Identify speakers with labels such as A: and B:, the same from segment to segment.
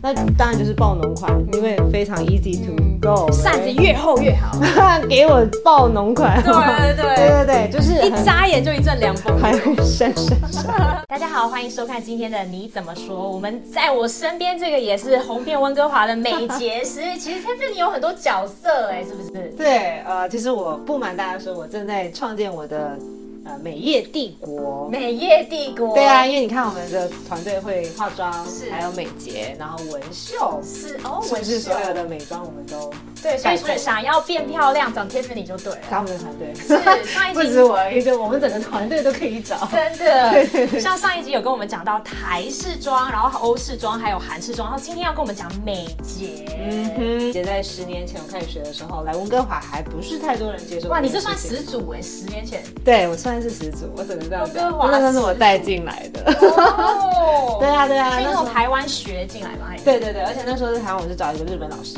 A: 那当然就是爆浓款，因为非常 easy to go，
B: 扇子越厚越好。
A: 给我爆浓款，
B: 对对对
A: 对对对，就是
B: 一
A: 很
B: 眨眼就一阵凉风。
A: 还有闪闪闪，
B: 大家好，欢迎收看今天的你怎么说？我们在我身边这个也是红遍温哥华的美睫师，其实在这里有很多角色哎、是不 是？
A: 对，呃，其实我不瞒大家说，我正在创建我的呃美业帝国。
B: 美业帝国。
A: 对啊，，因为你看我们的团队会化妆，
B: 是
A: 还有美睫，然后纹绣，
B: 是哦，
A: 是
B: 我
A: 不是所有的美妆我们都
B: 对，所
A: 改
B: 以是
A: 口
B: 想要变漂亮，找 Tiffany 就对了。
A: 他们的团队？
B: 是上一
A: 不
B: 集
A: 止我一个，我们整个团队都可以找。
B: 真的，像上一集有跟我们讲到台式妆，然后欧式妆，还有韩式妆，然后今天要跟我们讲美睫。
A: 嗯哼，姐在十年前我开始学的时候，来温哥华还不是太多人接受。
B: 哇，你这算始？祖哎，十年 前。
A: 对我算是始祖，我只能这样讲。
B: 温哥华
A: 真的算是我带进来的。
B: 哦
A: 对啊，对啊，
B: 是
A: 那时
B: 从
A: 候
B: 台湾学进来吗？还是
A: 对对对，而且那时候在台湾，我是找一个日本老师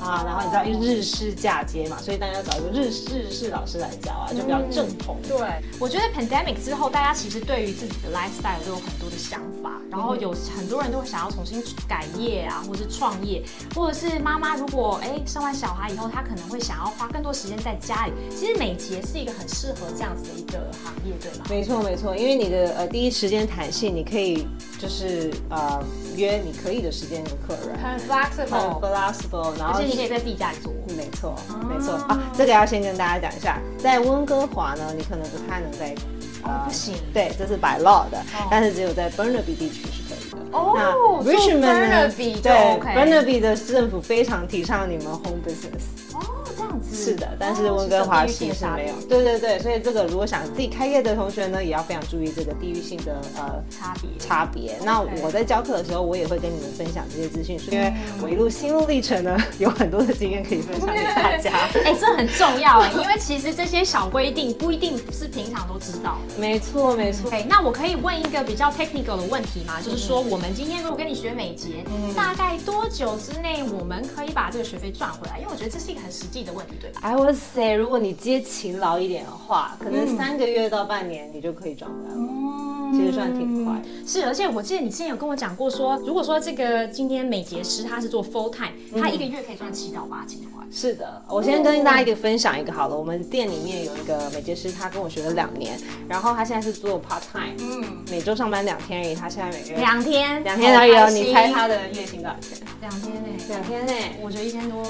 A: 啊，然后你知道日式嫁接嘛，所以当然要找一个日日式老师来教啊，就比较正统。
B: 嗯对，我觉得 pandemic 之后，大家其实对于自己的 lifestyle 都有很多的想法，
A: 嗯
B: 然后有很多人都会想要重新改业啊，或者是创业，或者是妈妈如果哎生完小孩以后，她可能会想要花更多时间在家里。其实美睫是一个很适合这样子的一个行业，对吗？
A: 没错没错，因为你的呃第一时间弹性，你可以就是呃约你可以的时间跟客人，
B: 很
A: 很
B: flexible，
A: flexible，然
B: 哦而
A: 后
B: 且你可以在自己家里做。
A: 没错，没错啊，这个要先跟大家讲一下，在温哥华呢，你可能不太能在，呃
B: 哦不行
A: 对，这是 by law 的，
B: 哦
A: 但是只有在 Burnaby 地区是可以的。
B: 哦
A: 那
B: 住
A: Richmond 呢
B: Burnaby 就
A: 对
B: OK
A: ，Burnaby 的政府非常提倡你们 home business，
B: 哦，这样子。哦
A: 是的，但嗯哦是温哥华其实
B: 是
A: 没有。对对对，所以这个如果想自己开业的同学呢，也要非常注意这个地域性的呃
B: 差别。
A: 差别。那我在教课的时候，我也会跟你们分享这些资讯，因为我一路心路历程呢， 有很多的经验可以分享给大家。
B: 哎、这很重要哎，因为其实这些小规定不一定是平常都知道 的。
A: 没错，没错。
B: OK，那我可以问一个比较 technical 的问题吗？就是说，
A: 嗯
B: 我们今天如果跟你学美睫，大概多久之内我们可以把这个学费赚回来？因为我觉得这是一个很实际的问题，对吧？
A: I would say，如果你接勤劳一点的话，可能三个月到半年你就可以转回来了，其实算挺快的。
B: 是，而且我记得你之前有跟我讲过说，如果说这个今天美睫师他是做 full time，他一
A: 嗯
B: 个月可以赚七到八千块。
A: 是的，我先跟大家一个分享一个好了，我们店里面有一个美睫师，他跟我学了两年，然后他现在是做 part time，
B: 嗯，
A: 每周上班两天而已，他现在每月
B: 两天，
A: 两天而已哦，
B: 好开心
A: 你猜他的月薪多少钱？
B: 两天呢、
A: 两天呢、
B: 我觉得一千多，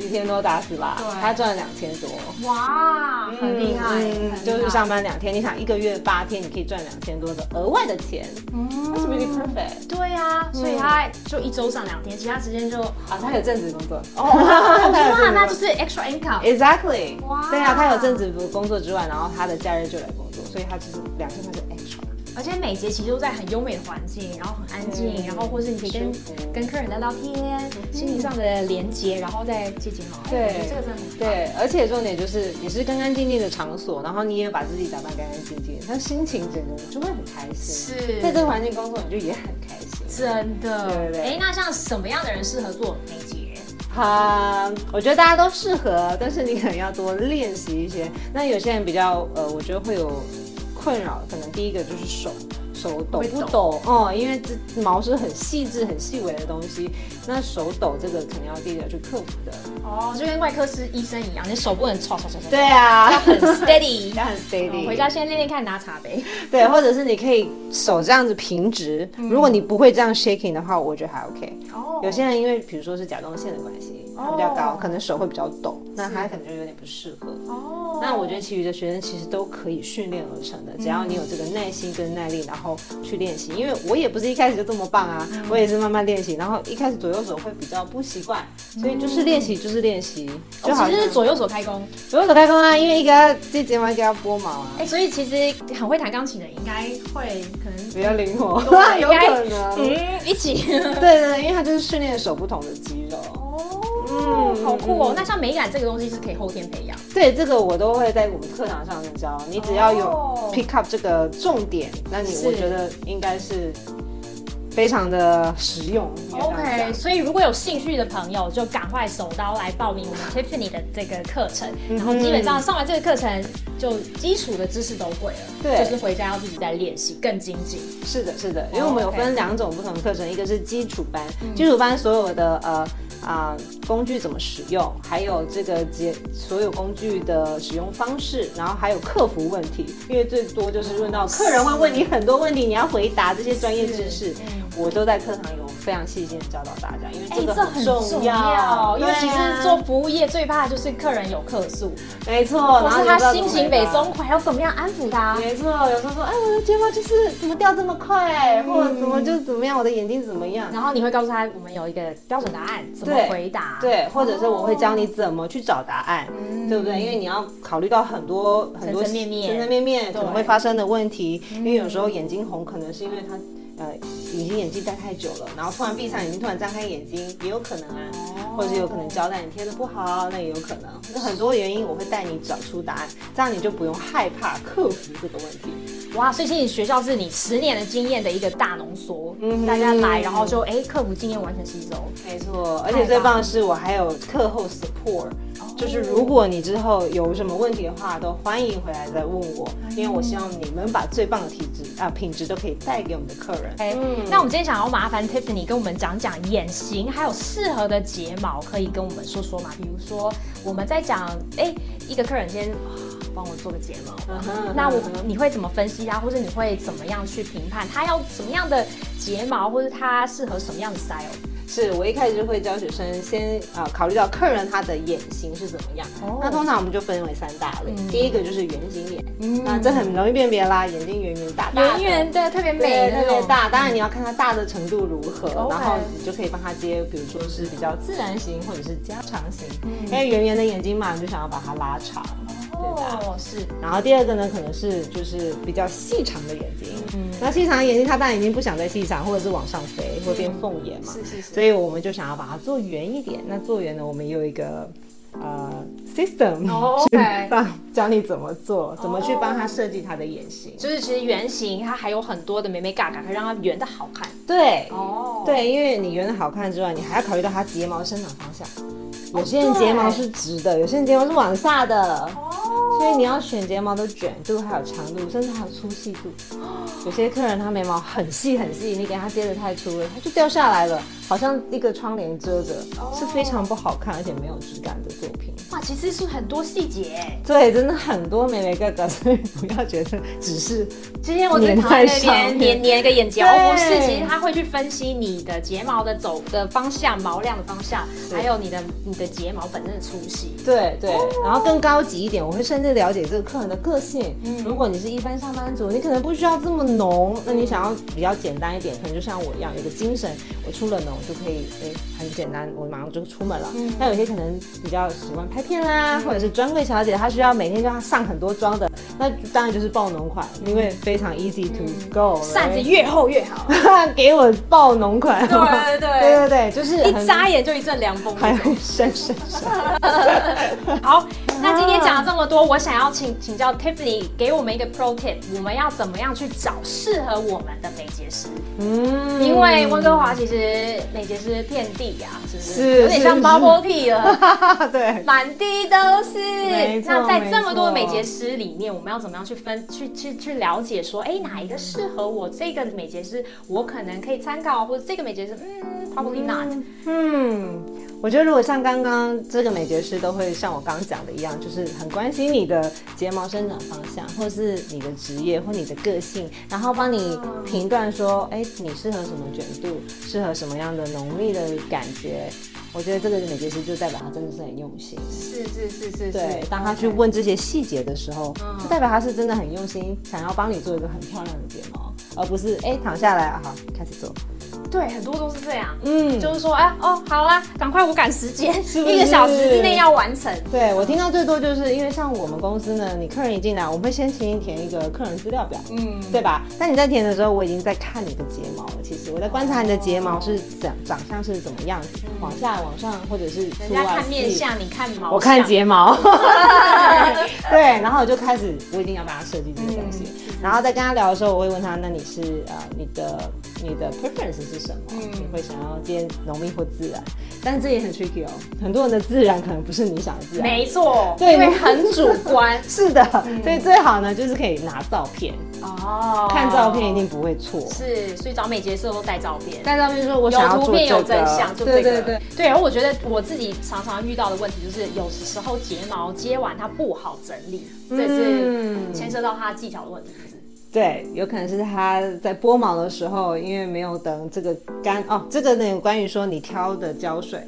A: 一天多打死吧
B: 对，
A: 他赚了两千多。
B: 哇，很厉害，
A: 嗯
B: 很厉
A: 就是
B: 害
A: 上班两天，你想一个月八天，你可以赚两千多的额外的钱，那是不是 really perfect？
B: 对
A: 嗯
B: 啊，所以他就一周上两天，其他 时间就哦，
A: 啊，他有正职工作 哦，
B: 哇，那就是是 extra income。
A: exactly，
B: 哇
A: 对啊，他有正职工作之外，然后他的假日就来工作，所以他就是两千块是 extra。
B: 而且美睫其实都在很优美的环境，然后很安静，
A: 嗯
B: 然后或是你可以
A: 舒服嗯
B: 跟跟客人聊聊天，心灵上的连接，然后再接睫毛。
A: 对
B: 我觉得这个真的很棒。
A: 对，而且重点就是你是干干净净的场所，然后你也把自己打扮干干净净，那心情整个就会很开心。
B: 是
A: 在这个环境工作，你就也很开心。
B: 真的。
A: 对对对
B: 哎，那像什么样的人适合做美睫？
A: 啊、我觉得大家都适合，但是你可能要多练习一些。那有些人比较呃，我觉得会有困扰，可能第一个就是手手抖
B: 会
A: 不
B: 抖
A: 抖，哦、因为这毛是很细致、很细微的东西，那手抖这个肯定要第一个去克服的。
B: 哦，就跟外科师医生一样，你手不能搓搓搓搓，
A: 对，啊，
B: 很 steady
A: 要。 很 steady，、
B: 嗯回家先练练看拿茶杯。
A: 对，或者是你可以手这样子平直，如果你不会这样 shaking 的话，我觉得还 OK。
B: 嗯哦
A: 有些人因为比如说是甲状腺的关系，它比较高，
B: 哦
A: 可能手会比较抖，那他可能就有点不适合。
B: 哦
A: 那我觉得其余的学生其实都可以训练而成的，只要你有这个耐心跟耐力，然后去练习。因为我也不是一开始就这么棒啊，我也是慢慢练习，然后一开始左右手会比较不习惯，所以就是练习就是练习，就好
B: 哦
A: 像
B: 其实是左右手开工。
A: 左右手开弓啊，因为一个要接睫毛，一个要拨毛啊
B: 哎、，所以其实很会弹钢琴的应该会可能
A: 比较灵活，
B: 对
A: 有可能。
B: 嗯一起
A: 对对，因为它就是训练手不同的肌肉。
B: 哦，好酷哦！那像美感这个东西是可以后天培养，
A: 对，这个我都会在我们课堂上面教。你只要有
B: 哦
A: pick up 这个重点，那你
B: 是
A: 我觉得应该是非常的实用。应该这样讲
B: OK，所以啊如果有兴趣的朋友，就赶快手刀来报名我们 Tiffany 的这个课程。
A: 嗯
B: 然后基本上上完这个课程，就基础的知识都会了，
A: 对
B: 就是回家要自己再练习，更精进。
A: 是的，是的，因为
B: 哦嗯
A: 我们有
B: OK
A: 分两种不同的课程，一个是基础班，基础班所有的呃啊、工具怎么使用，还有这个节所有工具的使用方式，然后还有客服问题，因为最多就是问到客人会问你很多问题，你要回答这些专业知识
B: 是嗯，
A: 我都在课堂有非常细心的教导大家，因为
B: 哎、
A: 这个
B: 这很
A: 重
B: 重要，因为
A: 对
B: 其
A: 啊
B: 实做服务业最怕的就是客人有客诉，
A: 哎没错，
B: 或
A: 然后你
B: 是
A: 不知道
B: 他
A: 怎
B: 心
A: 么
B: 情
A: 回
B: 北
A: 答
B: 松垮，要怎么样安抚他？
A: 没错，有时候说，哎，我的睫毛就是怎么掉这么快，
B: 嗯
A: 或者怎么就怎么样，我的眼睛怎么样，
B: 然后你会告诉他，我们有一个标准答案，怎么
A: 对
B: 回答？
A: 对，或者是我会教你怎么去找答案，对不对？因为你要考虑到很多很多
B: 哦嗯层层面面
A: 层层面面
B: 对嗯
A: 可能会发生的问题，因为有时候眼睛红可能是因为他。呃，已经眼睛戴太久了，然后突然闭上眼睛，突然张开眼睛，也有可能啊，
B: 哦
A: 或者是有可能胶带你贴的不好，那也有可能，那很多原因我会带你找出答案，这样你就不用害怕克服这个问题。
B: 哇，所以其实学校是你十年的经验的一个大浓缩，
A: 嗯
B: 大家来，然后就哎，客服经验完全吸收。
A: 没错，而且最棒的是我还有课后 support，就是
B: 哦
A: 如果你之后有什么问题的话，都欢迎回来再问我，因为我希望你们把最棒的体质啊品质都可以带给我们的客人。
B: 哎、那我们今天想要麻烦 Tiffany 跟我们讲讲眼型，还有适合的睫毛，可以跟我们说说吗？比如说我们在讲，哎、一个客人今天啊帮我做个睫毛，啊
A: 嗯哼
B: 那我
A: 嗯哼
B: 你会怎么分析啊？或者你会怎么样去评判他要什么样的睫毛，或者他适合什么样的 style？
A: 是我一开始就会教学生先啊、考虑到客人他的眼型是怎么样。
B: 哦
A: 那通常我们就分为三大类，第一个就是圆形眼，
B: 嗯
A: 那这很容易辨别啦，眼睛圆圆大大的
B: 圆圆的，特别美
A: 对，
B: 的那
A: 特别
B: 种，
A: 大，当然你要看它大的程度如何，
B: OK
A: 然后你就可以帮它接，比如说是比较自然型或者是加长型，
B: 嗯
A: 因为圆圆的眼睛嘛，你就想要把它拉长，对吧？
B: 哦，是
A: 然后第二个呢，可能是就是比较细长的眼睛，
B: 嗯
A: 那细长的眼睛它当然已经不想再细长，或者是往上飞，会变凤眼嘛，
B: 嗯是是是
A: 所以我们就想要把它做圆一点。那做圆呢，我们也有一个呃 system，、
B: 哦 OK
A: 让教你怎么做，怎么去帮它设计它的眼型。
B: 就是其实圆形它还有很多的美美嘎嘎，可以让它圆的好看。
A: 对，
B: 哦，
A: 对，因为你圆的好看之外，你还要考虑到它睫毛生长方向。有些人睫毛是直的，有些人睫毛是往下的，
B: 哦
A: 所以你要选睫毛的卷度、还有长度，甚至还有粗细度。有些客人他眉毛很细很细，你给他接的太粗了，它就掉下来了，好像一个窗帘遮着，是非常不好看而且没有质感的作品。
B: 哇，其实是很多细节。欸
A: 对，真的很多美眉哥哥，所以不要觉得只是
B: 今天我只是躺在那边粘粘一个眼睫毛，
A: 对
B: 不是，其实它会去分析你的睫毛的走的方向、毛量的方向，还有你的你的睫毛本身的粗细。
A: 对对，然后更高级一点，我会甚至了解这个客人的个性。
B: 嗯
A: 如果你是一般上班族，你可能不需要这么浓，那你想要比较简单一点，可能就像我一样，有个精神，我出了门我就可以，哎，很简单，我马上就出门了。
B: 嗯
A: 那有些可能比较喜欢拍片啦，或者是专柜小姐，她需要每天就要上很多妆的，那当然就是爆浓款，因为非常 easy to go，
B: 嗯扇子越厚越好，
A: 给我爆浓款，
B: 对对对
A: 对对对，就是很
B: 一眨眼就一阵凉风。
A: 还 会闪闪闪。
B: 好，那今天讲了这么多，我想要请请教 Tiffany 给我们一个 pro tip，我们要怎么样去找适合我们的美睫师？
A: 嗯
B: 因为温哥华其实美睫是遍地呀、是不
A: 是
B: 是？有点像
A: 是
B: bubble tea 了，
A: 对，
B: 满地都是
A: 没。错
B: 那在这么多的美睫师里面，我们要怎么样去分、去去去了解说，哎，哪一个适合我？这个美睫师我可能可以参考，或者这个美睫师，嗯，probably not。
A: 嗯，我觉得如果像刚刚这个美睫师都会像我刚刚讲的一样，就是很关心你的睫毛生长方向，或是你的职业或你的个性，然后帮你评断说，哎，你适合什么卷度，适合什么样的浓密的感觉。我觉得这个美睫师就代表他真的是很用心。
B: 是是是是嗯
A: 对，当他去问这些细节的时候，就代表他是真的很用心，想要帮你做一个很漂亮的睫毛，而不是哎躺下来啊好开始做，
B: 对，很多都是这样。
A: 嗯，
B: 就是说，哎、哦，好啦，赶快，我赶时间，
A: 是不是
B: 一个小时之内要完成。
A: 对我听到最多就是因为像我们公司呢，你客人一进来，我们会先请你填一个客人资料表，
B: 嗯，
A: 对吧？但你在填的时候，我已经在看你的睫毛了。其实我在观察你的睫毛是长长相是怎么样，往下、往上，或者是
B: 人
A: 出
B: 家
A: 来
B: 看面
A: 是
B: 相，你看毛相，
A: 我看睫毛， 对，然后我就开始，我已经要帮他设计这个东
B: 嗯
A: 西，然后在跟他聊的时候，我会问他，那你是呃你的你的 preference 是什么？
B: 嗯
A: 你会想要接浓密或自然？但是这也很 tricky 哦，很多人的自然可能不是你想的自然，
B: 没错，
A: 对
B: 因为很主观
A: 是的，所以最好呢就是可以拿照片，
B: 哦，
A: 看照片一定不会错。
B: 是，所以找美睫社都带照片。
A: 看照片说我想要
B: 有图
A: 做
B: 片
A: 这
B: 有
A: 个，
B: 真相，就
A: 对
B: 这
A: 对
B: 个
A: 对，
B: 对。然后我觉得我自己常常遇到的问题就是，有时候睫毛接完它不好整理，这是
A: 嗯
B: 牵涉到它技巧的问题。是不是
A: 对，有可能是他在拨毛的时候，因为没有等这个干哦，这个呢有关于说你挑的胶水，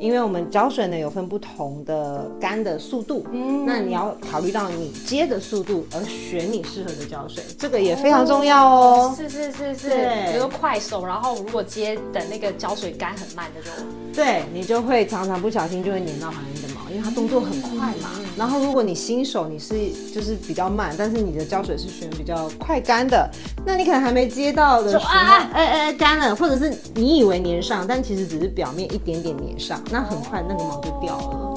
A: 因为我们胶水呢有分不同的干的速度，那你要考虑到你接的速度而选你适合的胶水，这个也非常重要哦。
B: 是是是是，
A: 对
B: 比如说快手，然后如果接等那个胶水干很慢的就，
A: 对你就会常常不小心就会粘到旁边的毛，因为它动作很快嘛。
B: 嗯
A: 然后如果你新手，你是就是比较慢，但是你的胶水是选比较快干的，那你可能还没接到的时
B: 说
A: 候，
B: 啊
A: 哎哎哎干了，或者是你以为粘上，但其实只是表面一点点粘上，那很快那个毛就掉了。哦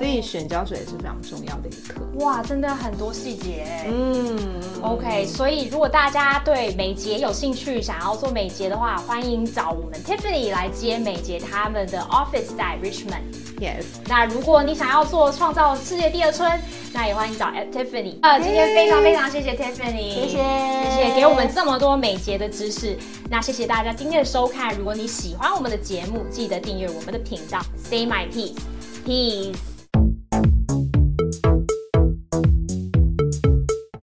A: 所以选胶水也是非常重要的一课。
B: 哇，真的很多细节欸。
A: 嗯
B: OK，所以如果大家对美睫有兴趣，想要做美睫的话，欢迎找我们 Tiffany 来接美睫他们的 office 在 Richmond。
A: ，yes，
B: 那如果你想要做创造世界第二春，那也欢迎找 Tiffany。呃，今天非常非常谢谢 Tiffany，
A: 谢谢，
B: 谢谢给我们这么多美睫的知识。那谢谢大家今天的收看，如果你喜欢我们的节目，记得订阅我们的频道。Say my peace，peace。